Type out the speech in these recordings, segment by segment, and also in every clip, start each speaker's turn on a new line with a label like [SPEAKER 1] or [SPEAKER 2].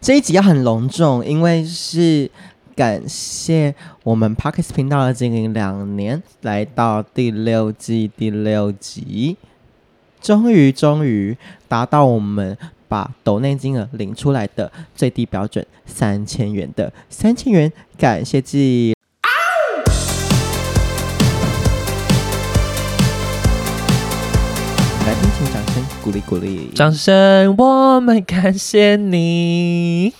[SPEAKER 1] 这一集要很隆重，因为是感谢我们 Parkes 频道的经营两年，来到第六季第六集，终于终于达到我们把抖内金额领出来的最低标准三千元的三千元感谢季。来宾，请掌声鼓励鼓励。
[SPEAKER 2] 掌声，我们感谢你。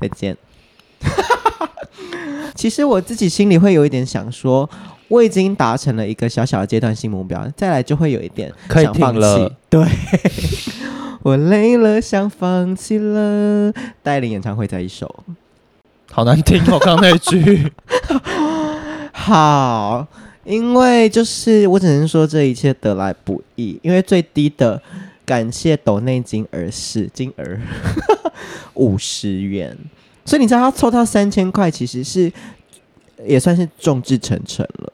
[SPEAKER 1] 再见。 其实我自己心里会有一点想说，我已经达成了一个小小的阶段性目标，再来就会有一点
[SPEAKER 2] 可以
[SPEAKER 1] 想放
[SPEAKER 2] 停了
[SPEAKER 1] 弃。 对，我累了，想放弃了。带领演唱会再一首，
[SPEAKER 2] 好难听哦，刚刚那 句。
[SPEAKER 1] 好，因为就是我只能说这一切得来不易，因为最低的感谢抖内金额是金额 五十元，所以你知道要凑到三千块，其实是也算是众志成城了。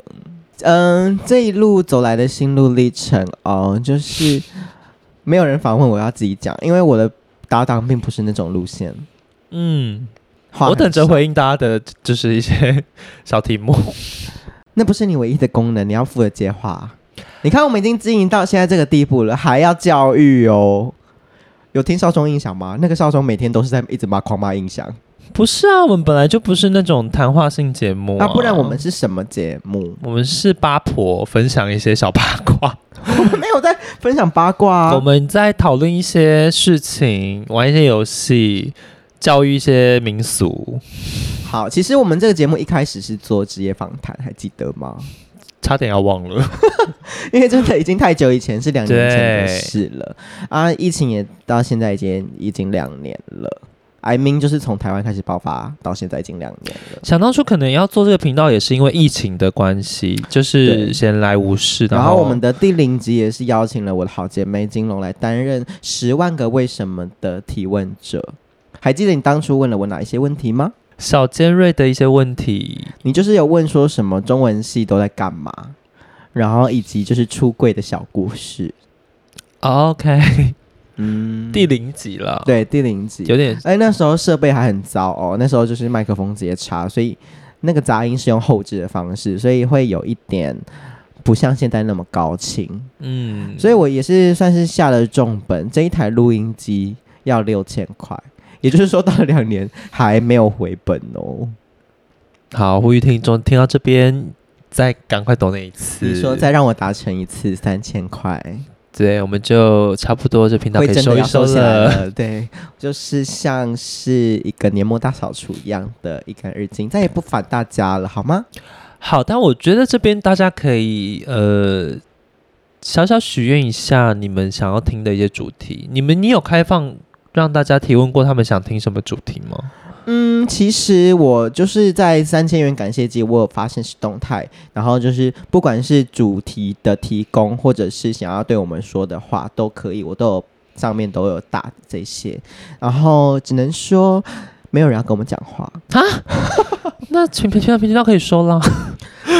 [SPEAKER 1] 嗯，这一路走来的心路历程哦，就是没有人访问我要自己讲，因为我的搭档并不是那种路线。
[SPEAKER 2] 嗯，
[SPEAKER 1] 话
[SPEAKER 2] 我
[SPEAKER 1] 很
[SPEAKER 2] 等着
[SPEAKER 1] 少
[SPEAKER 2] 回应大家的，就是一些小题目。
[SPEAKER 1] 那不是你唯一的功能，你要负责接话。你看，我们已经经营到现在这个地步了，还要教育哦。有听少中印象吗？那个少中每天都是在一直骂狂骂印象
[SPEAKER 2] 不是啊，我们本来就不是那种谈话性节目
[SPEAKER 1] 啊，不然我们是什么节目？
[SPEAKER 2] 我们是八婆，分享一些小八卦。
[SPEAKER 1] 我们没有在分享八卦、
[SPEAKER 2] 我
[SPEAKER 1] 啊，
[SPEAKER 2] 们在讨论一些事情，玩一些游戏，教育一些民俗。
[SPEAKER 1] 好，其实我们这个节目一开始是做职业访谈，还记得吗？
[SPEAKER 2] 差点要忘了，
[SPEAKER 1] 因为真的已经太久以前，是两年前的
[SPEAKER 2] 对
[SPEAKER 1] 事了啊！疫情也到现在已经已经两年了，I mean 就是从台湾开始爆发到现在已经两年了。
[SPEAKER 2] 想当初可能要做这个频道，也是因为疫情的关系，就是
[SPEAKER 1] 对
[SPEAKER 2] 闲来无事。
[SPEAKER 1] 然
[SPEAKER 2] 后
[SPEAKER 1] 后我们的第零集也是邀请了我的好姐妹金龙来担任《十万个为什么》的提问者。还记得你当初问了我哪一些问题吗？
[SPEAKER 2] 小尖锐的一些问题，
[SPEAKER 1] 你就是有问说什么中文系都在干嘛，然后以及就是出柜的小故事。
[SPEAKER 2] OK，
[SPEAKER 1] 嗯，
[SPEAKER 2] 第零集了，，
[SPEAKER 1] 对第零集，
[SPEAKER 2] 有点
[SPEAKER 1] 哎，那时候设备还很糟哦，那时候就是麦克风直接插，所以那个杂音是用后置的方式，所以会有一点不像现在那么高清。
[SPEAKER 2] 嗯，
[SPEAKER 1] 所以我也是算是下了重本，这一台录音机要六千块，也就是说到了两年还没有回本哦。
[SPEAKER 2] 好，呼吁听众听到这边，再赶快抖那一次。
[SPEAKER 1] 你说再让我达成一次三千块，
[SPEAKER 2] 对，我们就差不多这频道可
[SPEAKER 1] 会
[SPEAKER 2] 以
[SPEAKER 1] 真
[SPEAKER 2] 收
[SPEAKER 1] 的
[SPEAKER 2] 一
[SPEAKER 1] 要收起来
[SPEAKER 2] 了。
[SPEAKER 1] 了。 对，就是像是一个年末大扫除一样的一干二净，再也不烦大家了，好吗？
[SPEAKER 2] 好，但我觉得这边大家可以呃，小小许愿一下你们想要听的一些主题。你们，你有开放让大家提问过他们想听什么主题吗？
[SPEAKER 1] 嗯，其实我就是在三千元感谢季，我有发现是动态，然后就是不管是主题的提供，或者是想要对我们说的话，都可以，我都有上面都有打这些，然后只能说没有人要跟我们讲话，
[SPEAKER 2] 那全频道频道可以收啦。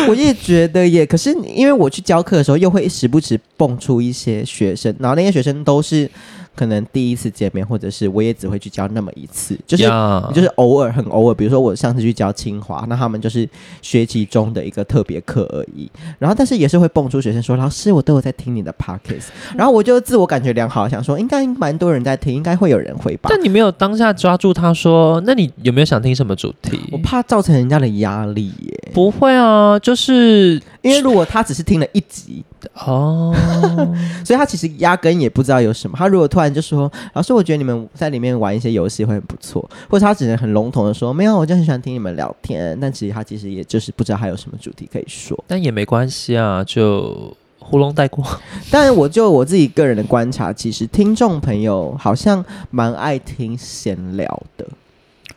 [SPEAKER 1] 我也觉得耶。可是因为我去教课的时候，又会时不时蹦出一些学生，然后那些学生都是可能第一次见面，或者是我也只会去教那么一次，就是
[SPEAKER 2] 呀
[SPEAKER 1] 就是偶尔很偶尔，比如说我上次去教清华，那他们就是学期中的一个特别课而已。然后但是也是会蹦出学生说，老师我都有在听你的 podcast，然后我就自我感觉良好，想说应该蛮多人在听，应该会有人回吧。
[SPEAKER 2] 但你没有当下抓住他说，那你有没有想听什么主题？
[SPEAKER 1] 我怕造成人家的压力耶，
[SPEAKER 2] 不会啊， 就是
[SPEAKER 1] 因为如果他只是听了一集，
[SPEAKER 2] 哦，
[SPEAKER 1] 所以他其实压根也不知道有什么。他如果突然就说：“老师，我觉得你们在里面玩一些游戏会很不错。”或者他只能很笼统的说：“没有，我就很喜欢听你们聊天。”但其实他其实也就是不知道还有什么主题可以说。
[SPEAKER 2] 但也没关系啊，就糊弄带过。
[SPEAKER 1] 但我就我自己个人的观察，其实听众朋友好像蛮爱听闲聊的，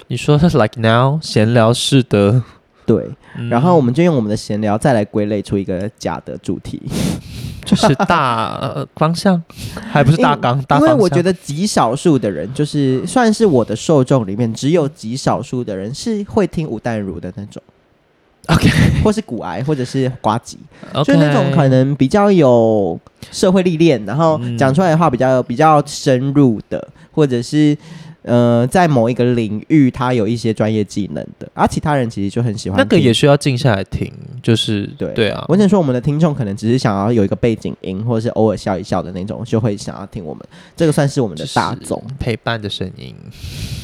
[SPEAKER 2] 你说 like now 闲聊式的，
[SPEAKER 1] 对。
[SPEAKER 2] 嗯
[SPEAKER 1] 然后我们就用我们的闲聊再来归类出一个假的主题，
[SPEAKER 2] 就是大、呃 方向，还不是大纲，大
[SPEAKER 1] 因
[SPEAKER 2] 方
[SPEAKER 1] 为
[SPEAKER 2] 向。
[SPEAKER 1] 我觉得极少数的人，就是算是我的受众里面，只有极少数的人是会听吴淡如的那种。
[SPEAKER 2] OK
[SPEAKER 1] 或是骨癌，或者是瓜吉
[SPEAKER 2] OK，
[SPEAKER 1] 就那种可能比较有社会历练，然后
[SPEAKER 2] 嗯
[SPEAKER 1] 讲出来的话比较比较深入的，或者是呃，在某一个领域他有一些专业技能的，啊而、其他人其实就很喜欢
[SPEAKER 2] 那个
[SPEAKER 1] 听
[SPEAKER 2] 也需要静下来听，就是
[SPEAKER 1] 对
[SPEAKER 2] 对啊，
[SPEAKER 1] 我只能说，我们的听众可能只是想要有一个背景音，或者是偶尔笑一笑的那种，就会想要听我们。这个算是我们的大众，
[SPEAKER 2] 陪伴的声音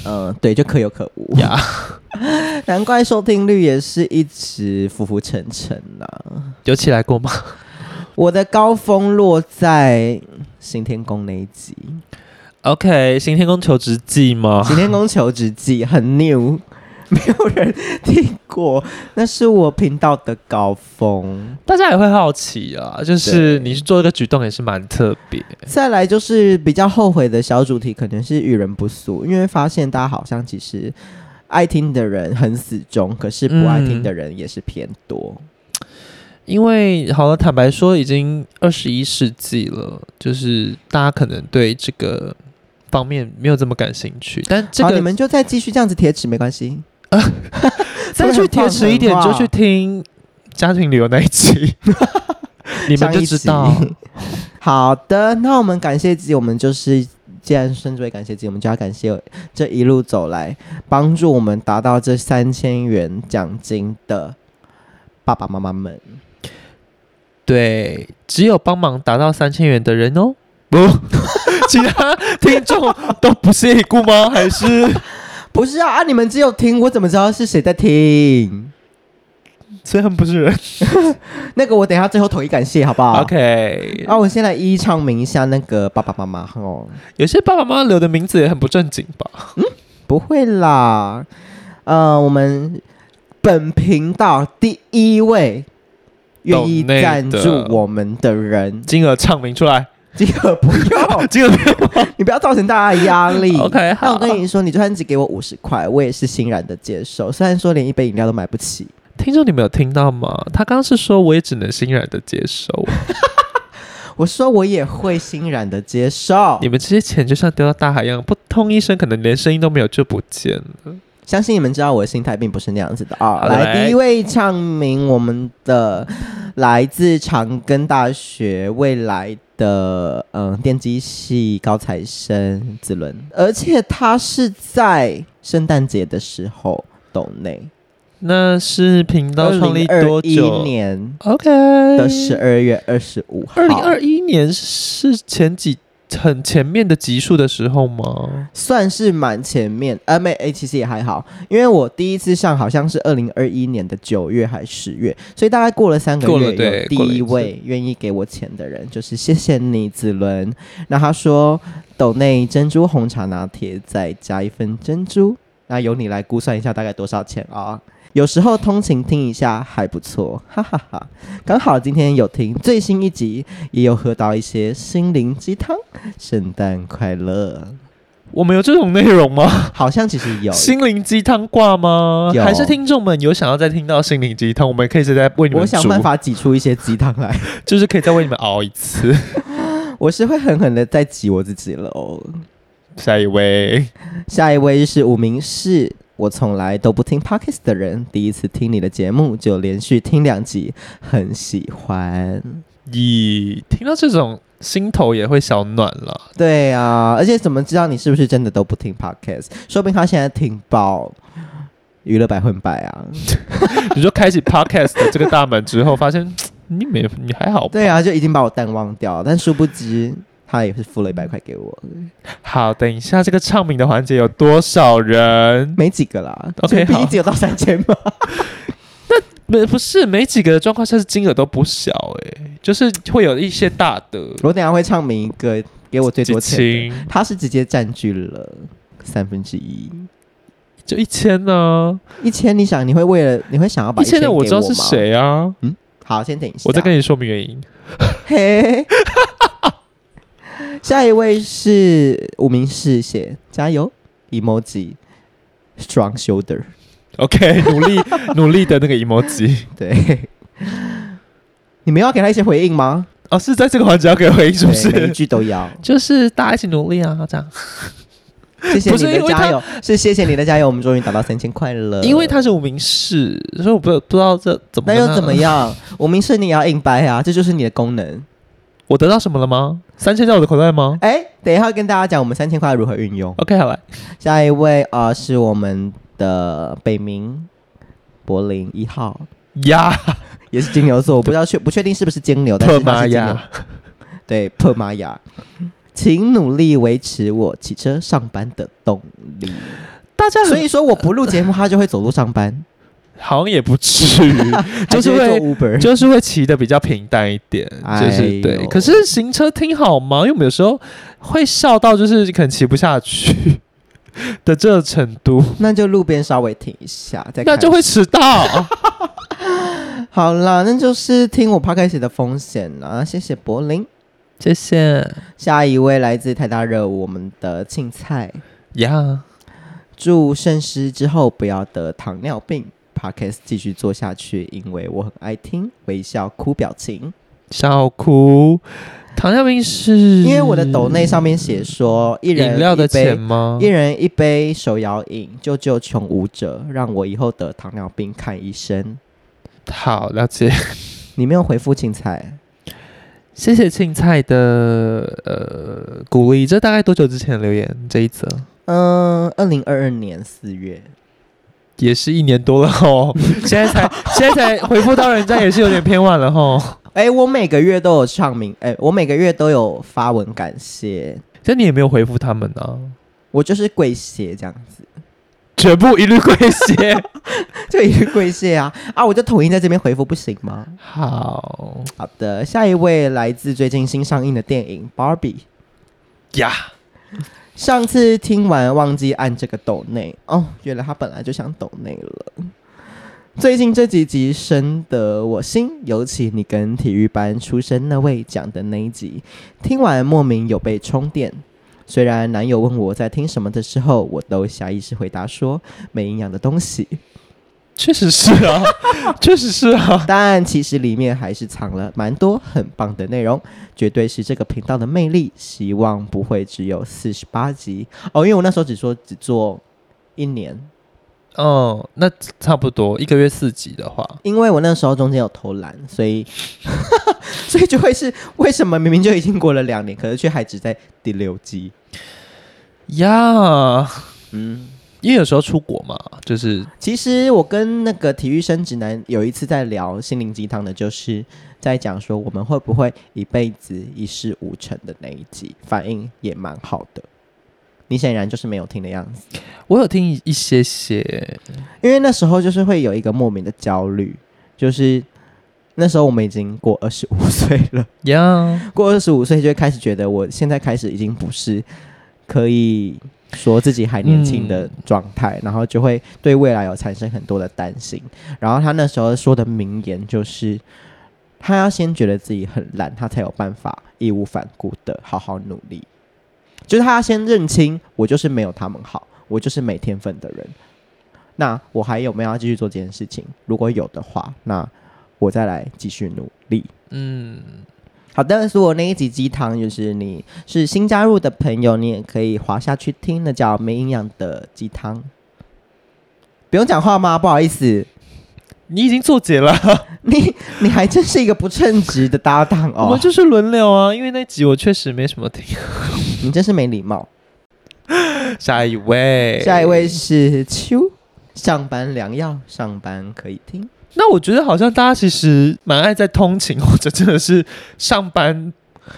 [SPEAKER 1] 嗯、对，就可有可无。
[SPEAKER 2] 呀。
[SPEAKER 1] 难怪收听率也是一直浮浮沉沉呐、
[SPEAKER 2] 有起来过吗？
[SPEAKER 1] 我的高峰落在新天宫那一集，
[SPEAKER 2] OK，行天宫求职记吗？
[SPEAKER 1] 新天宫求职记很 new，没 有人听过，那是我频道的高峰。
[SPEAKER 2] 大家也会好奇啊，就是
[SPEAKER 1] 对
[SPEAKER 2] 你去做这个举动也是蛮特别。
[SPEAKER 1] 再来就是比较后悔的小主题，可能是遇人不淑，因为发现大家好像其实爱听的人很死忠，可是不爱听的人也是偏多。
[SPEAKER 2] 因为好了，坦白说，已经二十一世纪了，就是大家可能对这个方面没有这么感兴趣。但这
[SPEAKER 1] 好，
[SPEAKER 2] 个
[SPEAKER 1] 你们就再继续这样子铁齿没关 系。
[SPEAKER 2] 再去贴实一点，就去听家庭旅游那 一期，你们就知道
[SPEAKER 1] 上一集。好的，那我们感谢自己，我们就是既然称之为感谢自己，我们就要感谢这一路走来帮助我们达到这三千元奖金的爸爸妈妈们。
[SPEAKER 2] 对，只有帮忙达到三千元的人哦。不， 其他听众都不屑一顾吗？还 是
[SPEAKER 1] 不是啊，啊你们只有听，我怎么知道是谁在听？
[SPEAKER 2] 虽然不是人
[SPEAKER 1] 那个我等一下最后统一感谢，好不好
[SPEAKER 2] ？OK，
[SPEAKER 1] 啊，我先来一一唱名一下那个爸爸妈妈哦，
[SPEAKER 2] 有些爸爸妈妈留的名字也很不正经吧？
[SPEAKER 1] 不会啦，呃，我们本频道第一位愿意
[SPEAKER 2] 懂内的
[SPEAKER 1] 赞助我们的人，
[SPEAKER 2] 金额唱名出来，
[SPEAKER 1] 这个不 用，
[SPEAKER 2] 金额哦
[SPEAKER 1] 你不要造成大家的压力。
[SPEAKER 2] OK，好
[SPEAKER 1] 那我跟你说，你就算只给我五十块，我也是欣然的接受。虽然说连一杯饮料都买不起，
[SPEAKER 2] 听众，你们有听到吗？他刚刚是说，我也只能欣然的接受。
[SPEAKER 1] 我说我也会欣然的接受
[SPEAKER 2] 你。们这些钱就像丢到大海一样，扑通一声，可能连声音都没有就不见了。
[SPEAKER 1] 相信你们知道我的心态并不是那样子的啊、
[SPEAKER 2] 好来
[SPEAKER 1] 来，第一位唱名我们的来自长庚大学未来的嗯电机系高材生子伦，而且他是在圣诞节的时候抖内，
[SPEAKER 2] 那是频道创立多
[SPEAKER 1] 一
[SPEAKER 2] 久
[SPEAKER 1] 年
[SPEAKER 2] ？OK，
[SPEAKER 1] 的十二月二十五号，
[SPEAKER 2] 二零二一年是前几很前面的集数的时候吗？
[SPEAKER 1] 算是蛮前面，呃，没，诶，其实也还好，因为我第一次上好像是二零二一年的九月还是十月，所以大概过了三个
[SPEAKER 2] 过了
[SPEAKER 1] 月，
[SPEAKER 2] 对
[SPEAKER 1] 有第
[SPEAKER 2] 过了
[SPEAKER 1] 一
[SPEAKER 2] 一次
[SPEAKER 1] 位愿意给我钱的人，就是谢谢你，子伦。那他说，斗内珍珠红茶拿铁再加一份珍珠，那由你来估算一下大概多少钱啊、有时候通勤听一下还不错，哈哈哈刚好今天有听最新一集，也有喝到一些心灵鸡汤。圣诞快乐！
[SPEAKER 2] 我们有这种内容吗？
[SPEAKER 1] 好像其实有，
[SPEAKER 2] 心灵鸡汤挂吗？
[SPEAKER 1] 有
[SPEAKER 2] 还是听众们有想要再听到心灵鸡汤？我们可以再再为你
[SPEAKER 1] 我
[SPEAKER 2] 们
[SPEAKER 1] 想
[SPEAKER 2] 煮，
[SPEAKER 1] 办法挤出一些鸡汤来，
[SPEAKER 2] 就是可以再为你们熬一次。
[SPEAKER 1] 我是会狠狠的在挤我自己了哦。
[SPEAKER 2] 下一位，
[SPEAKER 1] 下一位是无名氏，我从来都不听 Pockets 的人，第一次听你的节目就连续听两集，很喜欢。
[SPEAKER 2] 咦，听到这种心头也会小暖了。
[SPEAKER 1] 对啊，而且怎么知道你是不是真的都不听 Pockets？说不定他现在听爆娱乐百分百啊。
[SPEAKER 2] 你说开启 podcast 的这个大门之后，发现你没你还好吧？
[SPEAKER 1] 对啊，就已经把我淡忘掉了，但殊不知他也是付了一百块给我，
[SPEAKER 2] 好，等一下这个唱名的环节有多少人？
[SPEAKER 1] 没几个啦。
[SPEAKER 2] OK，
[SPEAKER 1] 毕
[SPEAKER 2] 好
[SPEAKER 1] 竟只有到三千嘛。
[SPEAKER 2] 不不是没几个的状况下是金额都不小哎、就是会有一些大的
[SPEAKER 1] 我等一下会唱名一个给我最
[SPEAKER 2] 几
[SPEAKER 1] 多钱的，
[SPEAKER 2] 千，
[SPEAKER 1] 他是直接占据了三分之一。
[SPEAKER 2] 就一千呢、
[SPEAKER 1] 一千，你想你会为了你会想要把
[SPEAKER 2] 一千
[SPEAKER 1] 给
[SPEAKER 2] 的
[SPEAKER 1] 我
[SPEAKER 2] 知道是
[SPEAKER 1] 吗？
[SPEAKER 2] 谁啊，
[SPEAKER 1] 好，先等一下，
[SPEAKER 2] 我再跟你说明原因。
[SPEAKER 1] 嘿。 下一位是无名氏，写加油，emoji strong shoulder。
[SPEAKER 2] OK，努 力努力的那个 emoji
[SPEAKER 1] 对，你们要给他一些回应吗？
[SPEAKER 2] 哦，是在这个环节要给回应是不
[SPEAKER 1] 对每一
[SPEAKER 2] 是？
[SPEAKER 1] 句都要。
[SPEAKER 2] 就是大家一起努力啊，这样。
[SPEAKER 1] 谢谢
[SPEAKER 2] 不是
[SPEAKER 1] 你
[SPEAKER 2] 因
[SPEAKER 1] 的
[SPEAKER 2] 为
[SPEAKER 1] 加
[SPEAKER 2] 他
[SPEAKER 1] 油，是谢谢你的加油，我们终于达到三千块了。
[SPEAKER 2] 因为他是无名氏，所以我不不知道这怎么
[SPEAKER 1] 那
[SPEAKER 2] 跟 他。哦
[SPEAKER 1] 又怎么样？无名氏你也要硬掰啊，这就是你的功能。
[SPEAKER 2] 我得到什么了吗？三千在我的口袋吗
[SPEAKER 1] 哎、等一下会跟大家讲我们三千块如何运用。
[SPEAKER 2] ？OK，好来，
[SPEAKER 1] 下一位啊、呃是我们的北明柏林一号，
[SPEAKER 2] 呀，
[SPEAKER 1] 也是金牛座，我不知道确不确定是不是金牛，但
[SPEAKER 2] 特
[SPEAKER 1] 是他
[SPEAKER 2] 妈
[SPEAKER 1] 是金牛。
[SPEAKER 2] 呀，
[SPEAKER 1] 对，破玛雅，请努力维持我骑车上班的动力。
[SPEAKER 2] 大家
[SPEAKER 1] 所
[SPEAKER 2] 很
[SPEAKER 1] 以说我不录节目，他就会走路上班，
[SPEAKER 2] 好像也不 至于，
[SPEAKER 1] 还
[SPEAKER 2] 就是
[SPEAKER 1] 会
[SPEAKER 2] 会
[SPEAKER 1] 做 Uber。
[SPEAKER 2] 就是会骑的比较平淡一点，就
[SPEAKER 1] 哎
[SPEAKER 2] 是
[SPEAKER 1] 呦
[SPEAKER 2] 对。可是行车听好吗？因为我们有时候会笑到就是可能骑不下去 的这个程度，
[SPEAKER 1] 那就路边稍微停一下，再
[SPEAKER 2] 那
[SPEAKER 1] 看
[SPEAKER 2] 就会迟到。
[SPEAKER 1] 好啦，那就是听我 p 开始的风险啦。谢谢柏林。
[SPEAKER 2] 谢谢
[SPEAKER 1] 下一位来自台大热舞，我们的青菜，
[SPEAKER 2] 呀，
[SPEAKER 1] 祝圣师之后不要得糖尿病。Podcast 继续做下去，因为我很爱听微笑哭表情。
[SPEAKER 2] 小哭。糖尿病是
[SPEAKER 1] 因为我的抖内上面写说，一人
[SPEAKER 2] 饮料的
[SPEAKER 1] 一杯
[SPEAKER 2] 钱吗
[SPEAKER 1] 一？人一杯手摇饮，救救穷舞者，让我以后得糖尿病看医生。
[SPEAKER 2] 好，了解。
[SPEAKER 1] 你没有回复青菜，
[SPEAKER 2] 谢谢青菜的呃鼓励。这大概多久之前的留言？这一则
[SPEAKER 1] 嗯，二零二二年四月，
[SPEAKER 2] 也是一年多了哦， 现在才现在才回复到人家也是有点偏晚了哦。
[SPEAKER 1] 哎、我每个月都有唱名，哎、我每个月都有发文感谢，
[SPEAKER 2] 可你也没有回复他们啊，
[SPEAKER 1] 我就是跪谢这样子，
[SPEAKER 2] 全部一律跪 谢。
[SPEAKER 1] 就一律跪谢啊啊！我就统一在这边回复不行吗？
[SPEAKER 2] 好
[SPEAKER 1] 好的，下一位来自最近新上映的电影《Barbie》。
[SPEAKER 2] 呀，
[SPEAKER 1] 上次听完忘记按这个抖内哦，原来他本来就想抖内了。最近这几集深得我心，尤其你跟体育班出身那位讲的那一集，听完莫名有被充电。虽然男友问我在听什么的时候，我都下意识回答说没营养的东西，
[SPEAKER 2] 确实是啊，确实是啊。
[SPEAKER 1] 但其实里面还是藏了蛮多很棒的内容，绝对是这个频道的魅力。希望不会只有四十八集哦，因为我那时候只说只做一年，
[SPEAKER 2] 嗯，那差不多一个月四集的话，
[SPEAKER 1] 因为我那时候中间有偷懒，所以 所以就会是为什么明明就已经过了两年，可是却还只在第六集。
[SPEAKER 2] 呀，
[SPEAKER 1] 嗯，
[SPEAKER 2] 因为有时候出国嘛，就是
[SPEAKER 1] 其实我跟那个体育生直男有一次在聊心灵鸡汤的，就是在讲说我们会不会一辈子一事无成的那一集，反应也蛮好的。你显然就是没有听的样子，
[SPEAKER 2] 我有听一些些，
[SPEAKER 1] 因为那时候就是会有一个莫名的焦虑，就是那时候我们已经过二十五岁了，
[SPEAKER 2] 呀，
[SPEAKER 1] 过二十五岁就会开始觉得我现在开始已经不是可以说自己还年轻的状态，然后就会对未来有产生很多的担心。然后他那时候说的名言就是，他要先觉得自己很烂，他才有办法义无反顾的好好努力。就是他要先认清，我就是没有他们好，我就是没天分的人。那我还有没有要继续做这件事情？如果有的话，那我再来继续努力。
[SPEAKER 2] 嗯，
[SPEAKER 1] 好的，所以我那一集鸡汤就是你是新加入的朋友，你也可以滑下去听，那叫没营养的鸡汤。不用讲话吗？不好意思，
[SPEAKER 2] 你已经作结了，
[SPEAKER 1] 你 你还真是一个不称职的搭档
[SPEAKER 2] 我
[SPEAKER 1] 哦
[SPEAKER 2] 们，就是轮流啊，因为那集我确实没什么听。
[SPEAKER 1] 你真是没礼貌。
[SPEAKER 2] 下一位，
[SPEAKER 1] 下一位是秋，上班良药，上班可以听。
[SPEAKER 2] 那我觉得好像大家其实蛮爱在通勤或者真的是上班，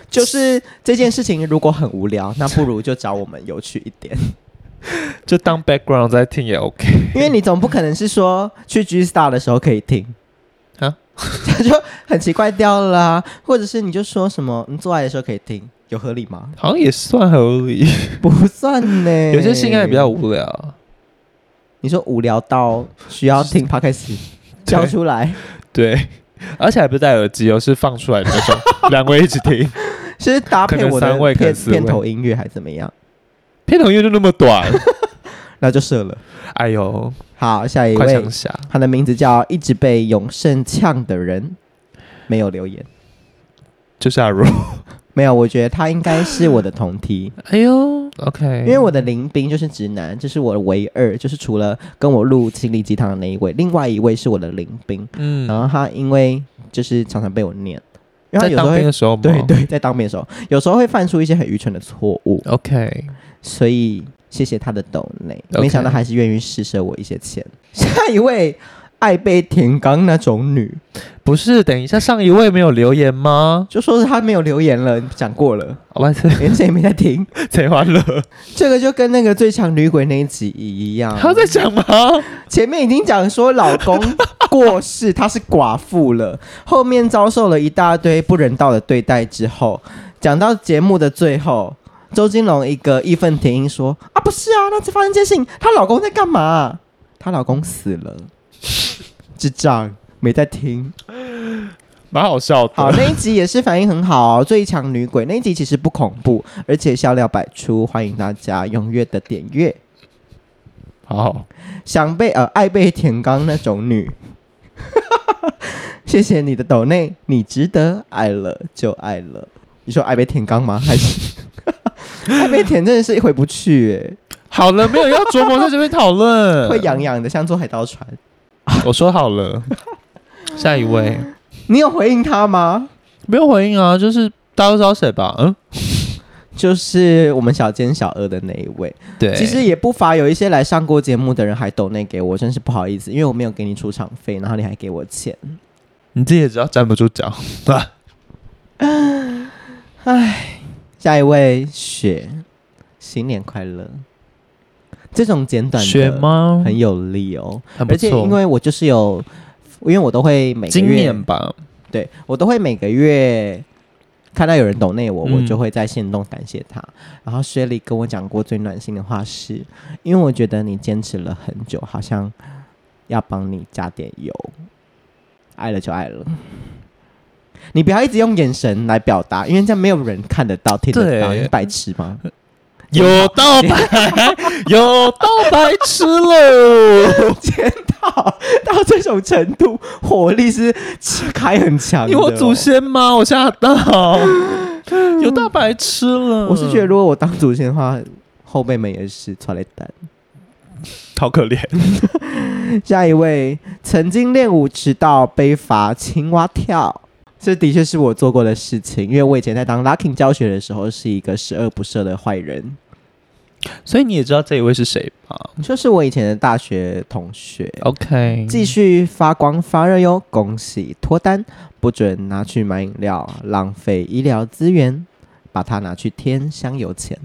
[SPEAKER 1] 就是这件事情如果很无聊，那不如就找我们有趣一点，
[SPEAKER 2] 就当 background 在听也 OK
[SPEAKER 1] 因为你总不可能是说去 G Star 的时候可以听。
[SPEAKER 2] 啊。
[SPEAKER 1] 他 就很奇怪掉了啊、或者是你就说什么你嗯做爱的时候可以听，有合理吗？
[SPEAKER 2] 好像也算合理。
[SPEAKER 1] 不算呢、
[SPEAKER 2] 有些性爱比较，无聊，
[SPEAKER 1] 你说无聊到需要 听 podcast 叫出来，
[SPEAKER 2] 对，而且还不是戴耳机哦，是放出来的那种，两位一起听。
[SPEAKER 1] 是搭配我
[SPEAKER 2] 可能三位
[SPEAKER 1] 的
[SPEAKER 2] 可
[SPEAKER 1] 片
[SPEAKER 2] 能四位
[SPEAKER 1] 片头音乐还怎么样？
[SPEAKER 2] 片头音乐就那 么短，
[SPEAKER 1] 那就射了。
[SPEAKER 2] 哎呦，
[SPEAKER 1] 好，下一
[SPEAKER 2] 快
[SPEAKER 1] 位
[SPEAKER 2] 想，下，
[SPEAKER 1] 他的名字叫一直被永盛呛的人，没有留言，
[SPEAKER 2] 就是阿如，
[SPEAKER 1] 没有。我觉得他应该是我的同梯，
[SPEAKER 2] 哎呦，OK，
[SPEAKER 1] 因为
[SPEAKER 2] 嗯
[SPEAKER 1] 我的林斌就是直男，这、是我的唯二，就是除了跟我录心灵鸡汤的那一位，另外一位是我的林斌。
[SPEAKER 2] 嗯
[SPEAKER 1] 然后他因为就是常常被我念，因为他有
[SPEAKER 2] 在
[SPEAKER 1] 时候
[SPEAKER 2] 当
[SPEAKER 1] 会
[SPEAKER 2] 兵的时候吗？
[SPEAKER 1] 对对，在当面的时候，有时候会犯出一些很愚蠢的错误，
[SPEAKER 2] ，OK，
[SPEAKER 1] 所以谢谢他的抖内，
[SPEAKER 2] OK
[SPEAKER 1] 没想到还是愿意施舍我一些钱。 下一位，爱被舔肛那种女，
[SPEAKER 2] 不是，等一下，上一位没有留言吗？
[SPEAKER 1] 就说是她没有留言了，讲过了，
[SPEAKER 2] 好吧，
[SPEAKER 1] 连谁也没在听。
[SPEAKER 2] 贼欢乐，
[SPEAKER 1] 这个就跟那个最强女鬼那一集一 样，
[SPEAKER 2] 他在讲吗？
[SPEAKER 1] 前面已经讲说老公过世，她是寡妇了，后面遭受了一大堆不人道的对待之后，讲到节目的最后，周金龙一个义愤填膺说：“啊，不是啊，那次发生这件事情，她老公在干嘛啊？她老公死了，智障。”没在听，
[SPEAKER 2] 蛮好笑的。
[SPEAKER 1] 好那一集也是反应很好、最强女鬼》那一集其实不恐怖，而且笑料百出，欢迎大家踊跃的点阅。
[SPEAKER 2] 好，
[SPEAKER 1] 想被呃爱被舔肛那种女。 谢谢你的抖内，你值得爱了就爱了。你说爱被舔肛吗？还是 爱被舔真的是回不去耶、
[SPEAKER 2] 好了，没有要琢磨在这边讨 论，
[SPEAKER 1] 会痒痒的，像坐海盗船。
[SPEAKER 2] 我说 好了，下一位
[SPEAKER 1] 你有回应他吗？
[SPEAKER 2] 没有回应啊，就是大家都知道谁吧？嗯，
[SPEAKER 1] 就是我们小尖小二的那一位，
[SPEAKER 2] 对，
[SPEAKER 1] 其实也不乏有一些来上过节目的人还抖内给我，真是不好意思，因为我没有给你出场费，然后你还给我钱。
[SPEAKER 2] 你自己也知道站不住脚，
[SPEAKER 1] 下一位雪，新年快乐。这种简短的
[SPEAKER 2] 学吗？
[SPEAKER 1] 很有力哦，
[SPEAKER 2] 很不
[SPEAKER 1] 而且
[SPEAKER 2] 错，
[SPEAKER 1] 因为我就是有，因为我都会每个
[SPEAKER 2] 今
[SPEAKER 1] 月
[SPEAKER 2] 年，吧，
[SPEAKER 1] 对我都会每个月看到有人懂内我，
[SPEAKER 2] 嗯
[SPEAKER 1] 我就会在线动感谢他。然后雪莉跟我讲过最暖心的话是，因为我觉得你坚持了很久，好像要帮你加点油，爱了就爱了。你不要一直用眼神来表达，因为这样没有人看得到、听得到。
[SPEAKER 2] 对
[SPEAKER 1] 你是白痴吗？
[SPEAKER 2] 有到白， 有到白痴 喽！
[SPEAKER 1] 天道到这种程度，火力是开很强的
[SPEAKER 2] 你
[SPEAKER 1] 哦、
[SPEAKER 2] 我祖先吗？我 吓到，有到白痴了。
[SPEAKER 1] 我是觉得，如果我当祖先的话，后辈们也是传来蛋。
[SPEAKER 2] 好可怜，
[SPEAKER 1] 下一位，曾经练舞迟到被罚青蛙跳，这的确是我做过的事情，因为我以前在当 locking 教学的时候是一个十恶不赦的坏人，
[SPEAKER 2] 所以你也知道这一位是谁吧
[SPEAKER 1] 就是我以前的大学同学。
[SPEAKER 2] ？OK，
[SPEAKER 1] 继续发光发热哟！恭喜脱单，不准拿去买饮料，浪费医疗资源，把它拿去添香油钱。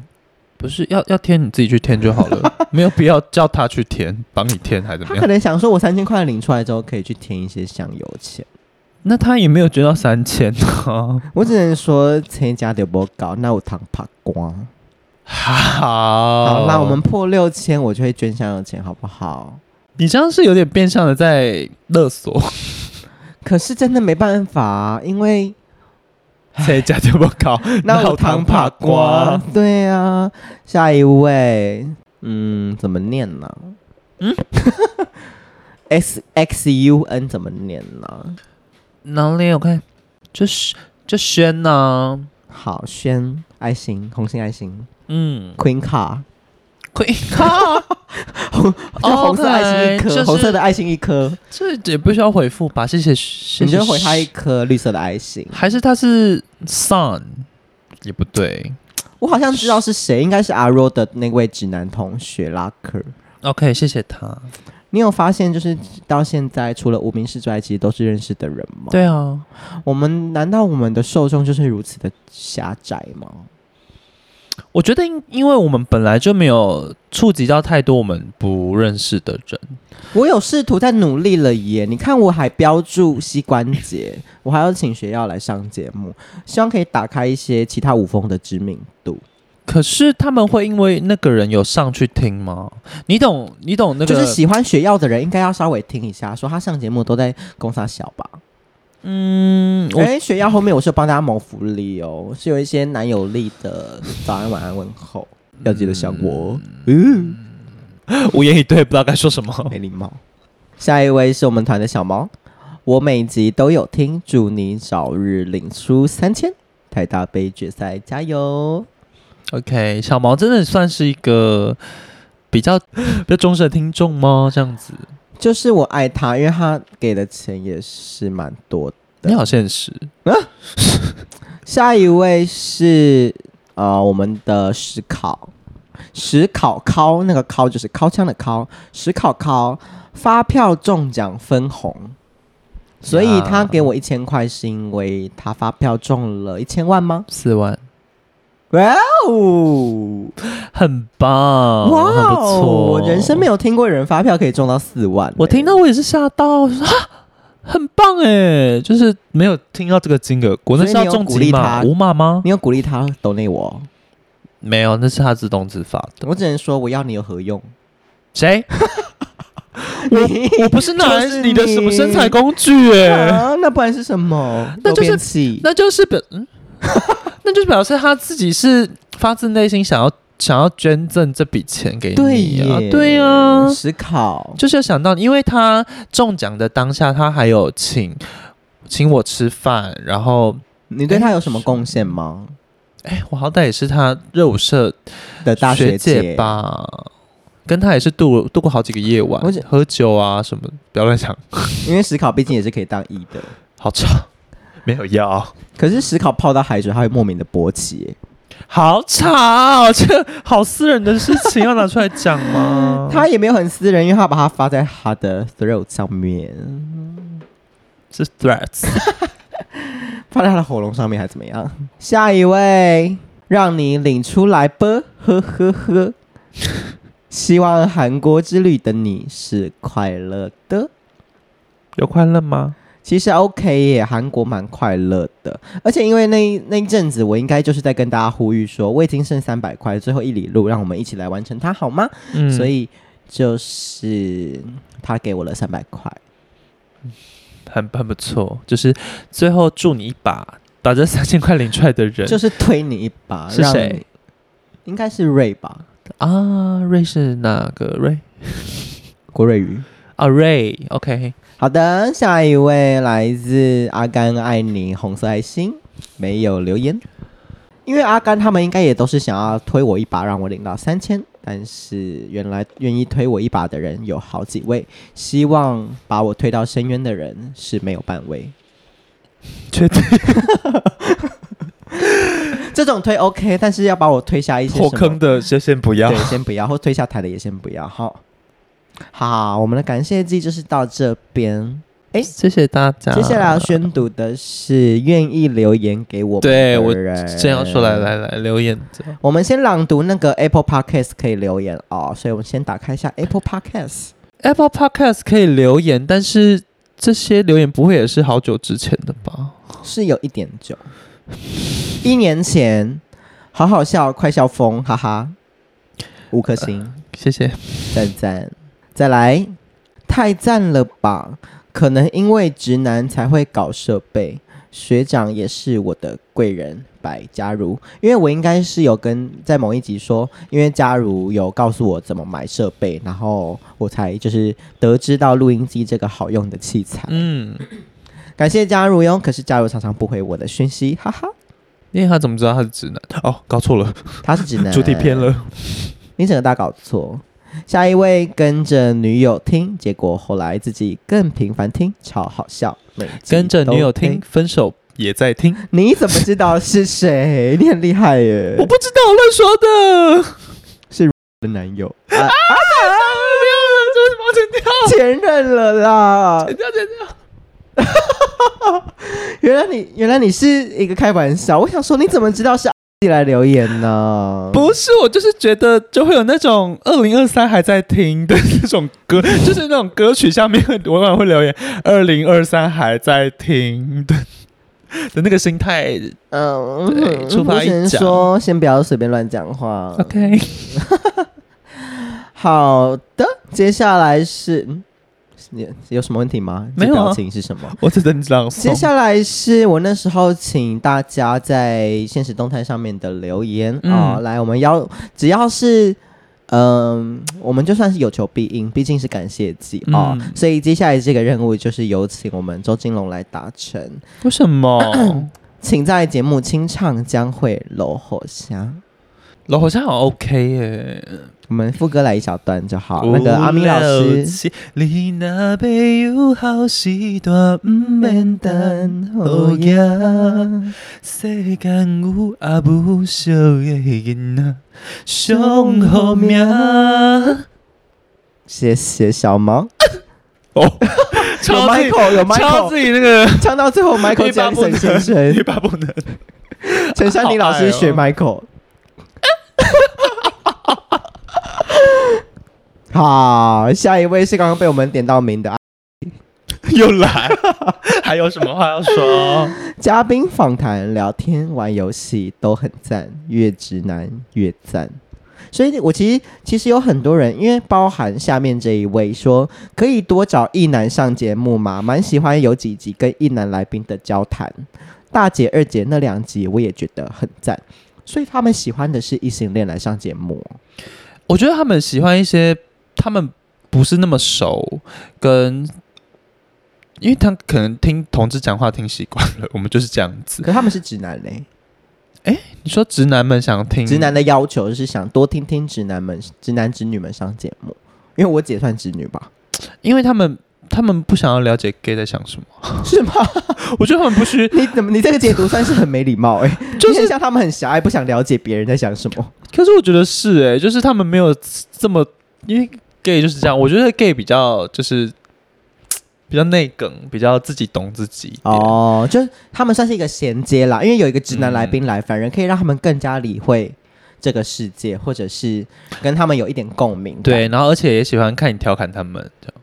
[SPEAKER 2] 不是要要填你自己去填就好 了，没有必要叫他去填，帮你填还怎
[SPEAKER 1] 他
[SPEAKER 2] 么
[SPEAKER 1] 可
[SPEAKER 2] 样？
[SPEAKER 1] 能想说，我三千块领出来之后，可以去添一些香油钱。
[SPEAKER 2] 那他也没有捐到三千 啊。
[SPEAKER 1] 我只能说参加的不高，那我糖怕光。
[SPEAKER 2] 好，
[SPEAKER 1] 好，那我们破六千，我就会捐香油钱，好不好？
[SPEAKER 2] 你这样是有点变相的在勒索，
[SPEAKER 1] 可是真的没办法、啊，因 为
[SPEAKER 2] 谁家就不 高，
[SPEAKER 1] 那我糖怕光。对啊，下一位，嗯，怎么念呢、 嗯，X X U N 怎么念呢、
[SPEAKER 2] 哪里？我看，就是就轩呐、
[SPEAKER 1] 好，轩爱心，红心爱心
[SPEAKER 2] 嗯，
[SPEAKER 1] ，Queen 卡，
[SPEAKER 2] 可以靠，
[SPEAKER 1] 就红色爱心一
[SPEAKER 2] OK，
[SPEAKER 1] 颗
[SPEAKER 2] 就是
[SPEAKER 1] 红色的爱心一颗，
[SPEAKER 2] 这也不需要回复吧？谢谢，谢
[SPEAKER 1] 你
[SPEAKER 2] 谢。
[SPEAKER 1] 就回他一，颗绿色的爱心。
[SPEAKER 2] 还是他是 Sun 也不对。
[SPEAKER 1] 我好像知道是谁，应该是阿若的那位直男同学拉克。
[SPEAKER 2] OK，谢谢他。
[SPEAKER 1] 你有发现，就是到现在，除了无名氏之外，其实都是认识的人吗？，
[SPEAKER 2] 对啊，
[SPEAKER 1] 我们难道我们的受众就是如此的狭窄吗？
[SPEAKER 2] 我觉得因因为我们本来就没有触及到太多我们不认识的人，
[SPEAKER 1] 我有试图在努力了耶，你看我还标注膝关节， 我还要请学校来上节目，希望可以打开一些其他舞风的知名度。
[SPEAKER 2] 可是他们会因为那个人有上去听吗？你懂，你懂那个
[SPEAKER 1] 就是喜欢学药的人，应该要稍微听一下，说他上节目都在攻杀小吧。
[SPEAKER 2] 嗯，我
[SPEAKER 1] 哎、学校后面我是有帮大家谋福利哦，是有一些男友力的早安晚安问候，要记得想我哦。嗯，
[SPEAKER 2] 无言以对，不知道该说 什么。
[SPEAKER 1] 没礼貌。下一位是我们团的小毛，我每集都有听，祝你早日领出三千，台大杯决赛加油！
[SPEAKER 2] OK，小毛真的算是一个比较比较忠实的听众吗？这样子，
[SPEAKER 1] 就是我爱他，因为他给的钱也是蛮多的。
[SPEAKER 2] 你好现实，
[SPEAKER 1] 下一位是呃我们的史考，史考考那个考就是靠枪的考，史考考发票中奖分红，所以
[SPEAKER 2] 呀
[SPEAKER 1] 他给我一千块是因为他发票中了一千万吗？
[SPEAKER 2] 四万，
[SPEAKER 1] 哇哦，
[SPEAKER 2] 很棒，
[SPEAKER 1] 哇
[SPEAKER 2] 很不错。
[SPEAKER 1] 我人生没有听过有人发票可以中到四万、欸
[SPEAKER 2] 我听到我也是吓到，我说啊，很棒哎，就是没有听到这个金额，国内是
[SPEAKER 1] 所以你
[SPEAKER 2] 要
[SPEAKER 1] 有
[SPEAKER 2] 中
[SPEAKER 1] 鼓励
[SPEAKER 2] 几码？
[SPEAKER 1] 他
[SPEAKER 2] 五码吗？
[SPEAKER 1] 你有鼓励他抖内我，
[SPEAKER 2] 没有，那是他自动自发的。
[SPEAKER 1] 我只能说我要你有何 用？
[SPEAKER 2] 谁？
[SPEAKER 1] 你
[SPEAKER 2] 我不是拿来
[SPEAKER 1] 就是
[SPEAKER 2] 你的什么
[SPEAKER 1] 你
[SPEAKER 2] 身材工具哎，
[SPEAKER 1] 啊，那不然是什么？
[SPEAKER 2] 那就是
[SPEAKER 1] 漏便器
[SPEAKER 2] 那就是表，嗯， 那就是表示他自己是发自内心想要想要捐赠这笔钱给
[SPEAKER 1] 对
[SPEAKER 2] 你啊
[SPEAKER 1] 耶，，
[SPEAKER 2] 对呀，
[SPEAKER 1] 史考
[SPEAKER 2] 就是有想到，因为他中奖的当下，他还有请请我吃饭，然后
[SPEAKER 1] 你对他有什么贡献吗？
[SPEAKER 2] 哎，我好歹也是他热舞社
[SPEAKER 1] 的大
[SPEAKER 2] 学
[SPEAKER 1] 姐，
[SPEAKER 2] 吧，跟他也是度度过好几个夜晚
[SPEAKER 1] 我只，
[SPEAKER 2] 喝酒啊什么，不要乱想，
[SPEAKER 1] 因为史考毕竟也是可以当一的，
[SPEAKER 2] 好吵，没有要，
[SPEAKER 1] 可是史考泡到海水，他会莫名的勃起。？
[SPEAKER 2] 好吵，啊这好私人的事情要拿出来讲吗
[SPEAKER 1] 他也没有很私人，因为他把它发在他的 throat 上面，
[SPEAKER 2] 是 threats，
[SPEAKER 1] 发在他的喉咙上面，还怎么样？下一位，让你领出来吧，呵呵呵。希望韩国之旅的你是快乐的。
[SPEAKER 2] 有快乐吗？
[SPEAKER 1] 其实 OK 耶，韩国蛮快乐的，而且因为那一那一阵子，我应该就是在跟大家呼吁说，我已经剩三百块，最后一里路，让我们一起来完成它，好吗？
[SPEAKER 2] 嗯
[SPEAKER 1] 所以就是他给我了三百块，
[SPEAKER 2] 很很不错，就是最后祝你一把，把这三千块领出来的人，
[SPEAKER 1] 就是推你一把，
[SPEAKER 2] 是
[SPEAKER 1] 让
[SPEAKER 2] 谁
[SPEAKER 1] 你？应该是瑞吧，
[SPEAKER 2] 啊，瑞是哪个瑞？
[SPEAKER 1] 郭瑞宇。
[SPEAKER 2] 啊，瑞，OK，
[SPEAKER 1] 好的，下一位来自阿甘爱你红色爱心，没有留言。因为阿甘他们应该也都是想要推我一把，让我领到三千，但是原来愿意推我一把的人有好几位，希望把我推到深渊的人是没有半位。
[SPEAKER 2] 确定
[SPEAKER 1] 这种推 OK，但是要把我推下一些
[SPEAKER 2] 火
[SPEAKER 1] 什么
[SPEAKER 2] 坑的就先不要
[SPEAKER 1] 对，，先不要，或推下台的也先不要。好，好，我们的感谢季就是到这边。哎
[SPEAKER 2] 谢谢大家，
[SPEAKER 1] 接下来要宣读的是愿意留言给我们
[SPEAKER 2] 对
[SPEAKER 1] 的
[SPEAKER 2] 我
[SPEAKER 1] 人
[SPEAKER 2] 正要说来。来来留言者，
[SPEAKER 1] 我们先朗读那个 Apple Podcast 可以留言哦，所以我们先打开一下 Apple Podcast。
[SPEAKER 2] Apple Podcast 可以留言，但是这些留言不会也是好久之前的吧？
[SPEAKER 1] 是有一点久，一年前，好好笑，快笑疯，哈哈，五颗星，
[SPEAKER 2] 谢谢。
[SPEAKER 1] 赞赞，再来，太赞了吧！可能因为直男才会搞设备，学长也是我的贵人。百佳如，因为我应该是有跟在某一集说，因为佳如有告诉我怎么买设备，然后我才就是得知到录音机这个好用的器材。
[SPEAKER 2] 嗯，
[SPEAKER 1] 感谢佳如哟，可是佳如常常不回我的讯息，哈哈，
[SPEAKER 2] 因为他怎么知道他是直男？哦，搞错了，
[SPEAKER 1] 他是直男，
[SPEAKER 2] 主题偏了。
[SPEAKER 1] 你整个大搞错。下一位跟着女友听，结果后来自己更频繁听，超好笑。每集
[SPEAKER 2] 跟着女友
[SPEAKER 1] 都
[SPEAKER 2] 听，，分手也在听。
[SPEAKER 1] 你怎么知道是谁？你很厉害耶！
[SPEAKER 2] 我不知道，乱说的。
[SPEAKER 1] 的男 友
[SPEAKER 2] 啊！
[SPEAKER 1] 啊
[SPEAKER 2] 不要了，这是毛剪掉，
[SPEAKER 1] 前任了啦
[SPEAKER 2] 剪。掉，剪掉。
[SPEAKER 1] 原来你原来你是一个开玩笑，我想说你怎么知道是自己来留言呢？
[SPEAKER 2] 不是，我就是觉得就会有那种二零二三还在听的那种歌， 就是那种歌曲下面我往往会留言二零二三还在听的的那个心态。对
[SPEAKER 1] 嗯，
[SPEAKER 2] 出发
[SPEAKER 1] 我只能
[SPEAKER 2] 一讲
[SPEAKER 1] 说先不要随便乱讲话。
[SPEAKER 2] OK，
[SPEAKER 1] 好的，接下来是嗯，是你有什么问题吗？
[SPEAKER 2] 没有啊
[SPEAKER 1] 这表情是什么？
[SPEAKER 2] 我只能这样说
[SPEAKER 1] 接。下来是我那时候请大家在现实动态上面的留言啊、
[SPEAKER 2] 嗯
[SPEAKER 1] 来，我们要只要是嗯、我们就算是有求必应，毕竟是感谢季啊、
[SPEAKER 2] 嗯
[SPEAKER 1] 所以接下来这个任务就是有请我们周金龙来达成，
[SPEAKER 2] 为什么？
[SPEAKER 1] 请在节目清唱《将会楼火香》。
[SPEAKER 2] 我好像很 OK 耶、
[SPEAKER 1] 我们副歌来一小段就
[SPEAKER 2] Oh,
[SPEAKER 1] 好。那个阿明老
[SPEAKER 2] 有
[SPEAKER 1] 师，
[SPEAKER 2] 七，你若要有好嗯时段，毋免等
[SPEAKER 1] 哦
[SPEAKER 2] 好夜。世间有阿母惜的囡仔，上好命。
[SPEAKER 1] 谢谢小毛。
[SPEAKER 2] 哦，
[SPEAKER 1] 有
[SPEAKER 2] 超自己，
[SPEAKER 1] Michael，有
[SPEAKER 2] 超
[SPEAKER 1] Michael，
[SPEAKER 2] 自己那个
[SPEAKER 1] 唱到最后 Michael
[SPEAKER 2] 欲罢
[SPEAKER 1] 江
[SPEAKER 2] 不
[SPEAKER 1] 森先
[SPEAKER 2] 能，
[SPEAKER 1] 生
[SPEAKER 2] 欲，罢不能。
[SPEAKER 1] 陈珊妮老师学
[SPEAKER 2] 好哎
[SPEAKER 1] Michael。好，下一位是刚刚被我们点到名的啊
[SPEAKER 2] 又来，还有什么话要说？
[SPEAKER 1] 嘉宾访谈、聊天、玩游戏都很赞，越直男越赞。所以，我其实其实有很多人，因为包含下面这一位说，可以多找一男上节目嘛，蛮喜欢有几集跟一男来宾的交谈。大姐、二姐那两集我也觉得很赞，所以他们喜欢的是异性恋来上节目哦。
[SPEAKER 2] 我觉得他们喜欢一些他们不是那么熟，跟因为他可能听同志讲话听习惯了，我们就是这样子。
[SPEAKER 1] 可他们是直男嘞，
[SPEAKER 2] 你说直男们想听
[SPEAKER 1] 直男的要求是想多听听直男们、直男直女们上节目，因为我姐算直女吧？
[SPEAKER 2] 因为他们他们不想要了解 gay 在想什么，
[SPEAKER 1] 是吗？
[SPEAKER 2] 我觉得他们不需
[SPEAKER 1] 你怎么？你这个解读算是很没礼貌哎、就
[SPEAKER 2] 就是是
[SPEAKER 1] 像他们很狭隘，不想了解别人在想什 么。
[SPEAKER 2] 可是我觉得是诶、就是他们没有这么，因为 gay 就是这样。我觉得 gay 比较就是比较内梗，比较自己懂自己一点。
[SPEAKER 1] 哦，就是他们算是一个衔接啦，因为有一个直男来宾来，反而可以让他们更加理会这个世界，或者是跟他们有一点共鸣。
[SPEAKER 2] 对，然后而且也喜欢看你调侃他们，这样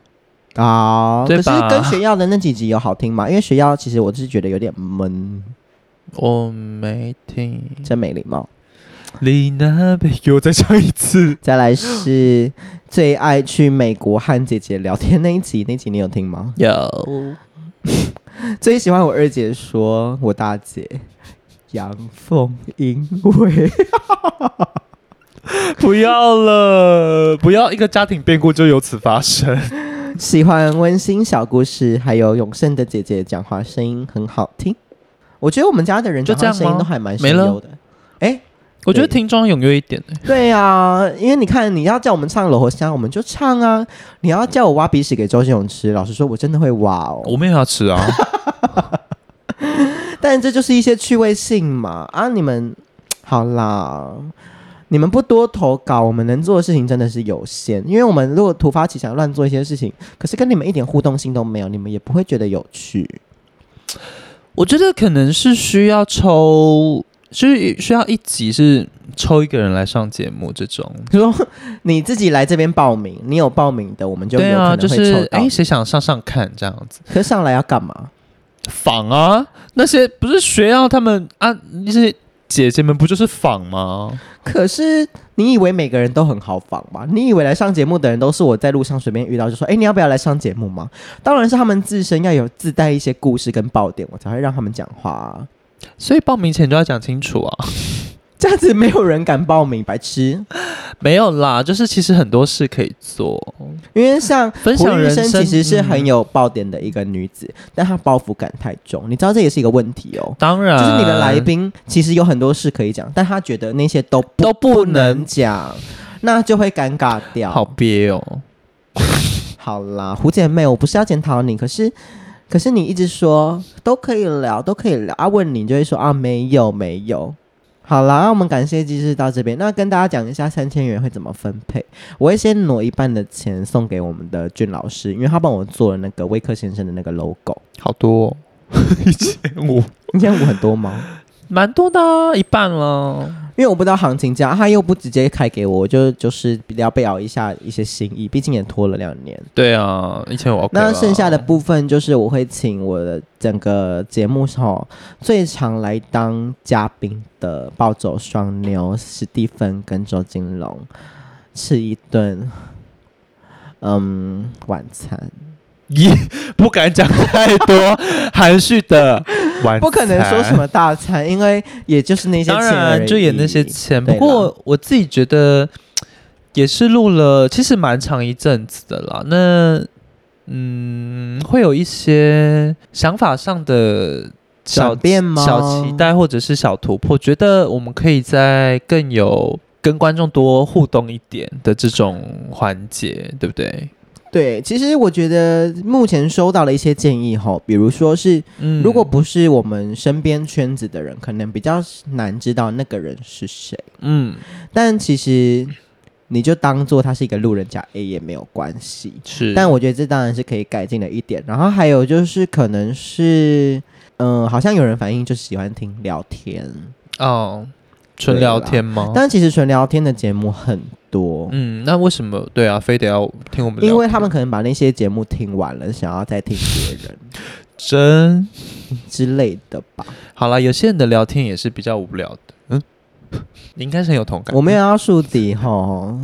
[SPEAKER 1] 啊，哦可
[SPEAKER 2] 对
[SPEAKER 1] 是
[SPEAKER 2] 吧
[SPEAKER 1] 跟学校的那几集有好听吗？因为学校其实我是觉得有点闷，
[SPEAKER 2] 我没听。
[SPEAKER 1] 真没礼貌。
[SPEAKER 2] 李娜贝，给我再唱一次。
[SPEAKER 1] 再来是最爱去美国和姐姐聊天那一集，那集你有听吗？
[SPEAKER 2] 有，
[SPEAKER 1] 哦 最喜欢我二姐说，我大姐阳奉阴违，
[SPEAKER 2] 不要了，不要一个家庭变故就由此发生。
[SPEAKER 1] 喜欢温馨小故事，还有永盛的姐姐讲话声音很好听。我觉得我们家的人
[SPEAKER 2] 就
[SPEAKER 1] 讲话
[SPEAKER 2] 这
[SPEAKER 1] 声
[SPEAKER 2] 样吗
[SPEAKER 1] 音都还蛮声优的。哎，
[SPEAKER 2] 我觉得
[SPEAKER 1] 对
[SPEAKER 2] 听众要踊跃一点、欸。
[SPEAKER 1] 对啊，因为你看，你要叫我们唱《罗喉香》，我们就唱啊；你要叫我挖鼻屎给周杰伦吃，老实说，我真的会挖哦。
[SPEAKER 2] 我们也要吃啊。
[SPEAKER 1] 但这就是一些趣味性嘛。啊，你们好啦，你们不多投稿，我们能做的事情真的是有限。因为我们如果突发奇想乱做一些事情，可是跟你们一点互动性都没有，你们也不会觉得有趣。
[SPEAKER 2] 我觉得可能是需要抽，是需要一集是抽一个人来上节目这种。
[SPEAKER 1] 比如说 你自己来这边报名，你有报名的，我们就有
[SPEAKER 2] 对
[SPEAKER 1] 可能
[SPEAKER 2] 啊，
[SPEAKER 1] 会
[SPEAKER 2] 就
[SPEAKER 1] 抽到。
[SPEAKER 2] 是哎，谁想上上看这样子？
[SPEAKER 1] 可是上来要干嘛？
[SPEAKER 2] 仿啊，那些不是学校他们啊，那些姐姐们不就是仿吗？
[SPEAKER 1] 可是你以为每个人都很豪放吗？你以为来上节目的人都是我在路上随便遇到就说，哎、你要不要来上节目吗？当然是他们自身要有自带一些故事跟爆点，我才会让他们讲话、啊。
[SPEAKER 2] 所以报名前就要讲清楚啊。
[SPEAKER 1] 这样子没有人敢报名，白痴。
[SPEAKER 2] 没有啦，就是其实很多事可以做，
[SPEAKER 1] 因为像
[SPEAKER 2] 分
[SPEAKER 1] 胡
[SPEAKER 2] 享
[SPEAKER 1] 玉
[SPEAKER 2] 人
[SPEAKER 1] 生
[SPEAKER 2] 生
[SPEAKER 1] 其实是很
[SPEAKER 2] 嗯
[SPEAKER 1] 有爆点的一个女子，但她包袱感太重，你知道这也是一个问题哦。
[SPEAKER 2] 当然
[SPEAKER 1] 就是你的来宾其实有很多事可以讲，但她觉得那些都不
[SPEAKER 2] 都不
[SPEAKER 1] 能
[SPEAKER 2] 能
[SPEAKER 1] 讲，那就会尴尬掉。
[SPEAKER 2] 好憋哦。
[SPEAKER 1] 好啦，胡姐妹，我不是要检讨你，可是可是你一直说都可以聊，都可以聊啊，问你就会说啊没有没有。好啦，那我们感谢机制到这边，那跟大家讲一下三千元会怎么分配。我会先挪一半的钱送给我们的俊老师，因为他帮我做了那个威克先生的那个 logo。
[SPEAKER 2] 好多、 哦， 一千五，
[SPEAKER 1] 你现在五很多吗？
[SPEAKER 2] 蛮多的、啊，一半了。
[SPEAKER 1] 因为我不知道行情价，他又不直接开给我，我就就是比较表一下一些心意，毕竟也拖了两年。
[SPEAKER 2] 对啊，一千五 OK
[SPEAKER 1] 那
[SPEAKER 2] 了
[SPEAKER 1] 剩下的 部分就是我会请我的整个节目上最常来当嘉宾的暴走双牛史蒂芬跟周金龙吃一顿，嗯，晚餐。
[SPEAKER 2] 一不敢讲太 多含蓄的晚餐，
[SPEAKER 1] 不可能说什么大餐，因为也就是那些
[SPEAKER 2] 当
[SPEAKER 1] 钱而
[SPEAKER 2] 然啊就演那些
[SPEAKER 1] 已
[SPEAKER 2] 钱。
[SPEAKER 1] 对
[SPEAKER 2] 不
[SPEAKER 1] 啦
[SPEAKER 2] 过我自己觉得也是录了，其实蛮长一阵子的啦。那嗯，会有一些想法上的小
[SPEAKER 1] 转变吗？
[SPEAKER 2] 小期，待或者是小突破，觉得我们可以再更有跟观众多互动一点的这种环节，对不对？
[SPEAKER 1] 对，其实我觉得目前收到了一些建议吼，比如说是
[SPEAKER 2] 嗯
[SPEAKER 1] 如果不是我们身边圈子的人，可能比较难知道那个人是谁。
[SPEAKER 2] 嗯
[SPEAKER 1] 但其实你就当做他是一个路人甲 A 也没有关系。
[SPEAKER 2] 是，
[SPEAKER 1] 但我觉得这当然是可以改进的一点。然后还有就是可能是，嗯、好像有人反映就是喜欢听聊天，
[SPEAKER 2] 哦，纯
[SPEAKER 1] 对啦
[SPEAKER 2] 聊天吗？
[SPEAKER 1] 但其实纯聊天的节目很多。
[SPEAKER 2] 哦嗯，那为什么对啊，非得要听我们聊天？
[SPEAKER 1] 因为他们可能把那些节目听完了，想要再听别人
[SPEAKER 2] 真
[SPEAKER 1] 之类的 吧。
[SPEAKER 2] 好啦，有些人的聊天也是比较无聊的。嗯，你应该是很有同感。
[SPEAKER 1] 我没有要树敌吼，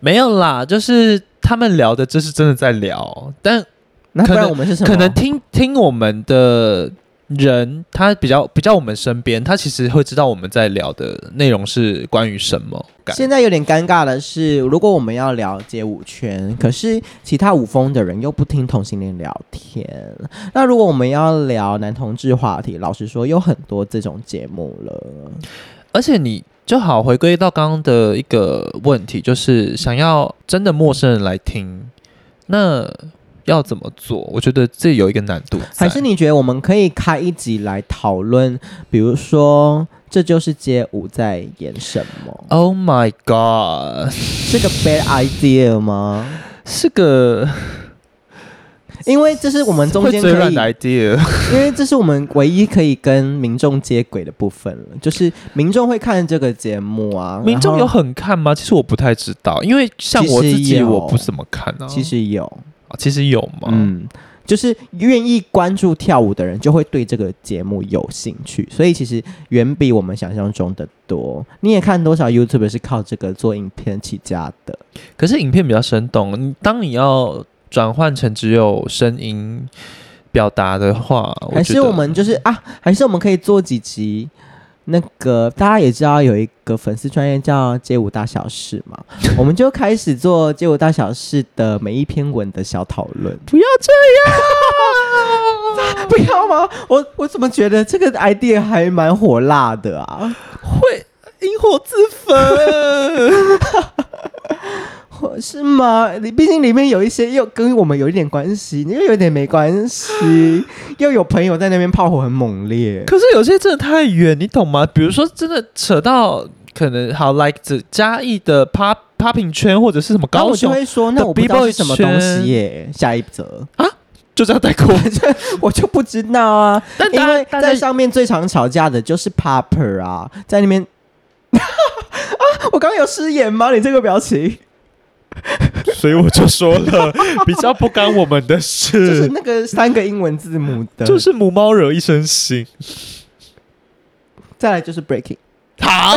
[SPEAKER 2] 没有啦，就是他们聊的，这是真的在聊，但
[SPEAKER 1] 那不
[SPEAKER 2] 可
[SPEAKER 1] 然
[SPEAKER 2] 能
[SPEAKER 1] 我们是什么？
[SPEAKER 2] 可能听听我们的人，他比较比较我们身边，他其实会知道我们在聊的内容是关于什么感。
[SPEAKER 1] 现在有点尴尬的是，如果我们要了解舞圈，可是其他舞风的人又不听同性恋聊天，那如果我们要聊男同志话题，老实说，有很多这种节目了。
[SPEAKER 2] 嗯而且你就好回归到刚刚的一个问题，就是想要真的陌生人来听，那要怎么做？我觉得这有一个难度
[SPEAKER 1] 还
[SPEAKER 2] 在。
[SPEAKER 1] 是你觉得我们可以开一集来讨论，比如说这就是街舞在演什 么，
[SPEAKER 2] ？Oh my god！
[SPEAKER 1] 是个 bad idea 吗？
[SPEAKER 2] 是个
[SPEAKER 1] 因为这是我们中
[SPEAKER 2] 会
[SPEAKER 1] 间
[SPEAKER 2] 嘴
[SPEAKER 1] 可
[SPEAKER 2] 软
[SPEAKER 1] 以
[SPEAKER 2] 的 idea。
[SPEAKER 1] 因为这是我们唯一可以跟民众接轨的部分了，就是民众会看这个节目啊。
[SPEAKER 2] 民众
[SPEAKER 1] 然
[SPEAKER 2] 有
[SPEAKER 1] 后
[SPEAKER 2] 很看吗？其实我不太知道，因为像
[SPEAKER 1] 其实
[SPEAKER 2] 我自己，
[SPEAKER 1] 有
[SPEAKER 2] 我不怎么看啊。
[SPEAKER 1] 其实有，
[SPEAKER 2] 啊其实有吗？
[SPEAKER 1] 嗯，就是愿意关注跳舞的人就会对这个节目有兴趣，所以其实远比我们想象中的多。你也看多少 YouTube 是靠这个做影片起家的，
[SPEAKER 2] 可是影片比较生动，你当你要转换成只有声音表达的话，
[SPEAKER 1] 还是
[SPEAKER 2] 觉得
[SPEAKER 1] 哦我们就是啊，还是我们可以做几集。那个大家也知道有一个粉丝专业叫街舞大小事 嘛，我们就开始做街舞大小事的每一篇文的小讨论。
[SPEAKER 2] 不要这 样，
[SPEAKER 1] 不要吗？我我怎么觉得这个 idea 还蛮火辣的啊？
[SPEAKER 2] 会引火自焚。
[SPEAKER 1] 或是吗？你毕竟里面有一些又跟我们有一点关系，又有点没关系， 又有朋友在那边炮火很猛烈。
[SPEAKER 2] 可是有些真的太远，你懂吗？比如说，真的扯到可能好，like 这嘉义的 pop popping 圈或者是什么
[SPEAKER 1] 然后啊我
[SPEAKER 2] 高
[SPEAKER 1] 就
[SPEAKER 2] 雄，
[SPEAKER 1] 会说，那我不知道
[SPEAKER 2] B-boy
[SPEAKER 1] 是什么东西
[SPEAKER 2] 圈
[SPEAKER 1] 耶。下一则，
[SPEAKER 2] 就这样带过。
[SPEAKER 1] 我就不知道 啊。
[SPEAKER 2] 但
[SPEAKER 1] 因
[SPEAKER 2] 大
[SPEAKER 1] 为
[SPEAKER 2] 大
[SPEAKER 1] 在
[SPEAKER 2] 家
[SPEAKER 1] 上面最常吵架的就是 Popper 啊，在那边 啊，我刚刚有失言吗？你这个表情，
[SPEAKER 2] 所以我就说了，比较不干我们的
[SPEAKER 1] 就是
[SPEAKER 2] 事，
[SPEAKER 1] 那个三个英文字母的，
[SPEAKER 2] 就是母猫惹一身腥。
[SPEAKER 1] 再来就是 Breaking。
[SPEAKER 2] 好，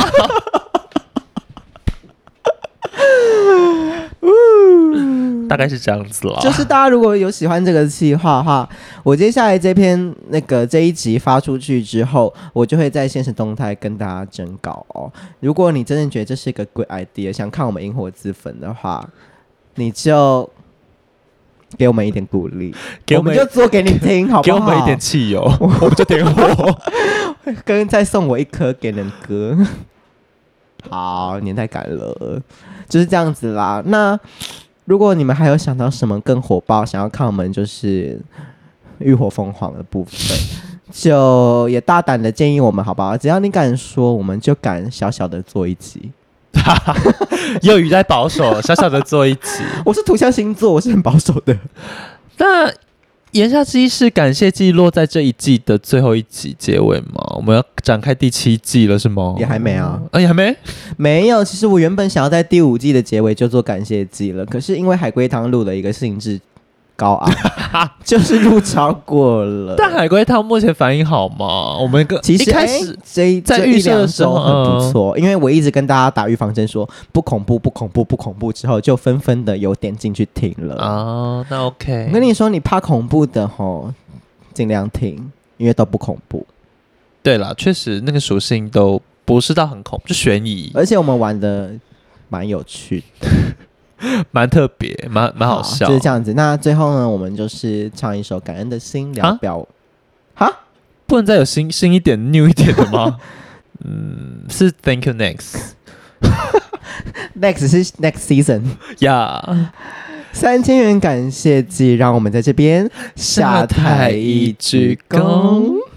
[SPEAKER 1] 嗯
[SPEAKER 2] 大概是这样子啦。
[SPEAKER 1] 就是大家如果有喜欢这个企划的话，我接下来这篇那个这一集发出去之后，我就会在现实动态跟大家征稿哦。如果你真的觉得这是一个 good idea，想看我们萤火自焚的话，你就给我们一点鼓励，
[SPEAKER 2] 给
[SPEAKER 1] 我
[SPEAKER 2] 我们
[SPEAKER 1] 就做给你听，好不
[SPEAKER 2] 给
[SPEAKER 1] 好？
[SPEAKER 2] 我们一点，汽油，我们就点火。
[SPEAKER 1] 跟再送我一颗给人哥。 好，年代感了，就是这样子啦。那如果你们还有想到什么更火爆，想要看我们就是浴火凤凰的部分，就也大胆的建议我们，好不好？只要你敢说，我们就敢小小的做一集。
[SPEAKER 2] 又语在保守，小小的做一集。
[SPEAKER 1] 我是土象星座，我是很保守的。
[SPEAKER 2] 那言下之意是感谢季落在这一季的最后一集结尾吗？我们要展开第七季了是吗？
[SPEAKER 1] 也还没啊，
[SPEAKER 2] 啊也还没。
[SPEAKER 1] 没有，其实我原本想要在第五季的结尾就做感谢季了，可是因为海龟汤录了一个兴致高昂， 就是录超过了。
[SPEAKER 2] 但海龟汤目前反应好吗？我们跟
[SPEAKER 1] 其实
[SPEAKER 2] 一开
[SPEAKER 1] 哎
[SPEAKER 2] 始
[SPEAKER 1] 这一
[SPEAKER 2] 在
[SPEAKER 1] 这
[SPEAKER 2] 预
[SPEAKER 1] 一
[SPEAKER 2] 设
[SPEAKER 1] 两
[SPEAKER 2] 的时
[SPEAKER 1] 周
[SPEAKER 2] 候
[SPEAKER 1] 很不
[SPEAKER 2] 嗯
[SPEAKER 1] 错，因为我一直跟大家打预防针说不恐怖、不恐怖、不恐怖，之后就纷纷的有点进去听了。
[SPEAKER 2] 啊，那 OK。
[SPEAKER 1] 我跟你说，你怕恐怖的吼，尽量听，因为都不恐怖，
[SPEAKER 2] 对啦，确实那个属性都不是到很恐，就悬疑，
[SPEAKER 1] 而且我们玩的蛮有趣的，啊
[SPEAKER 2] 蛮特别，蛮蛮好笑。
[SPEAKER 1] 就是这样子。那最后呢，我们就是唱一首《感恩的心》，聊
[SPEAKER 2] 啊
[SPEAKER 1] 表哈。
[SPEAKER 2] 不能再有新新一点、new 一点的吗？嗯，是 Thank you next。
[SPEAKER 1] Next 是 Next Season
[SPEAKER 2] 呀，
[SPEAKER 1] 三千元感谢祭，让我们在这边
[SPEAKER 2] 下台一鞠躬。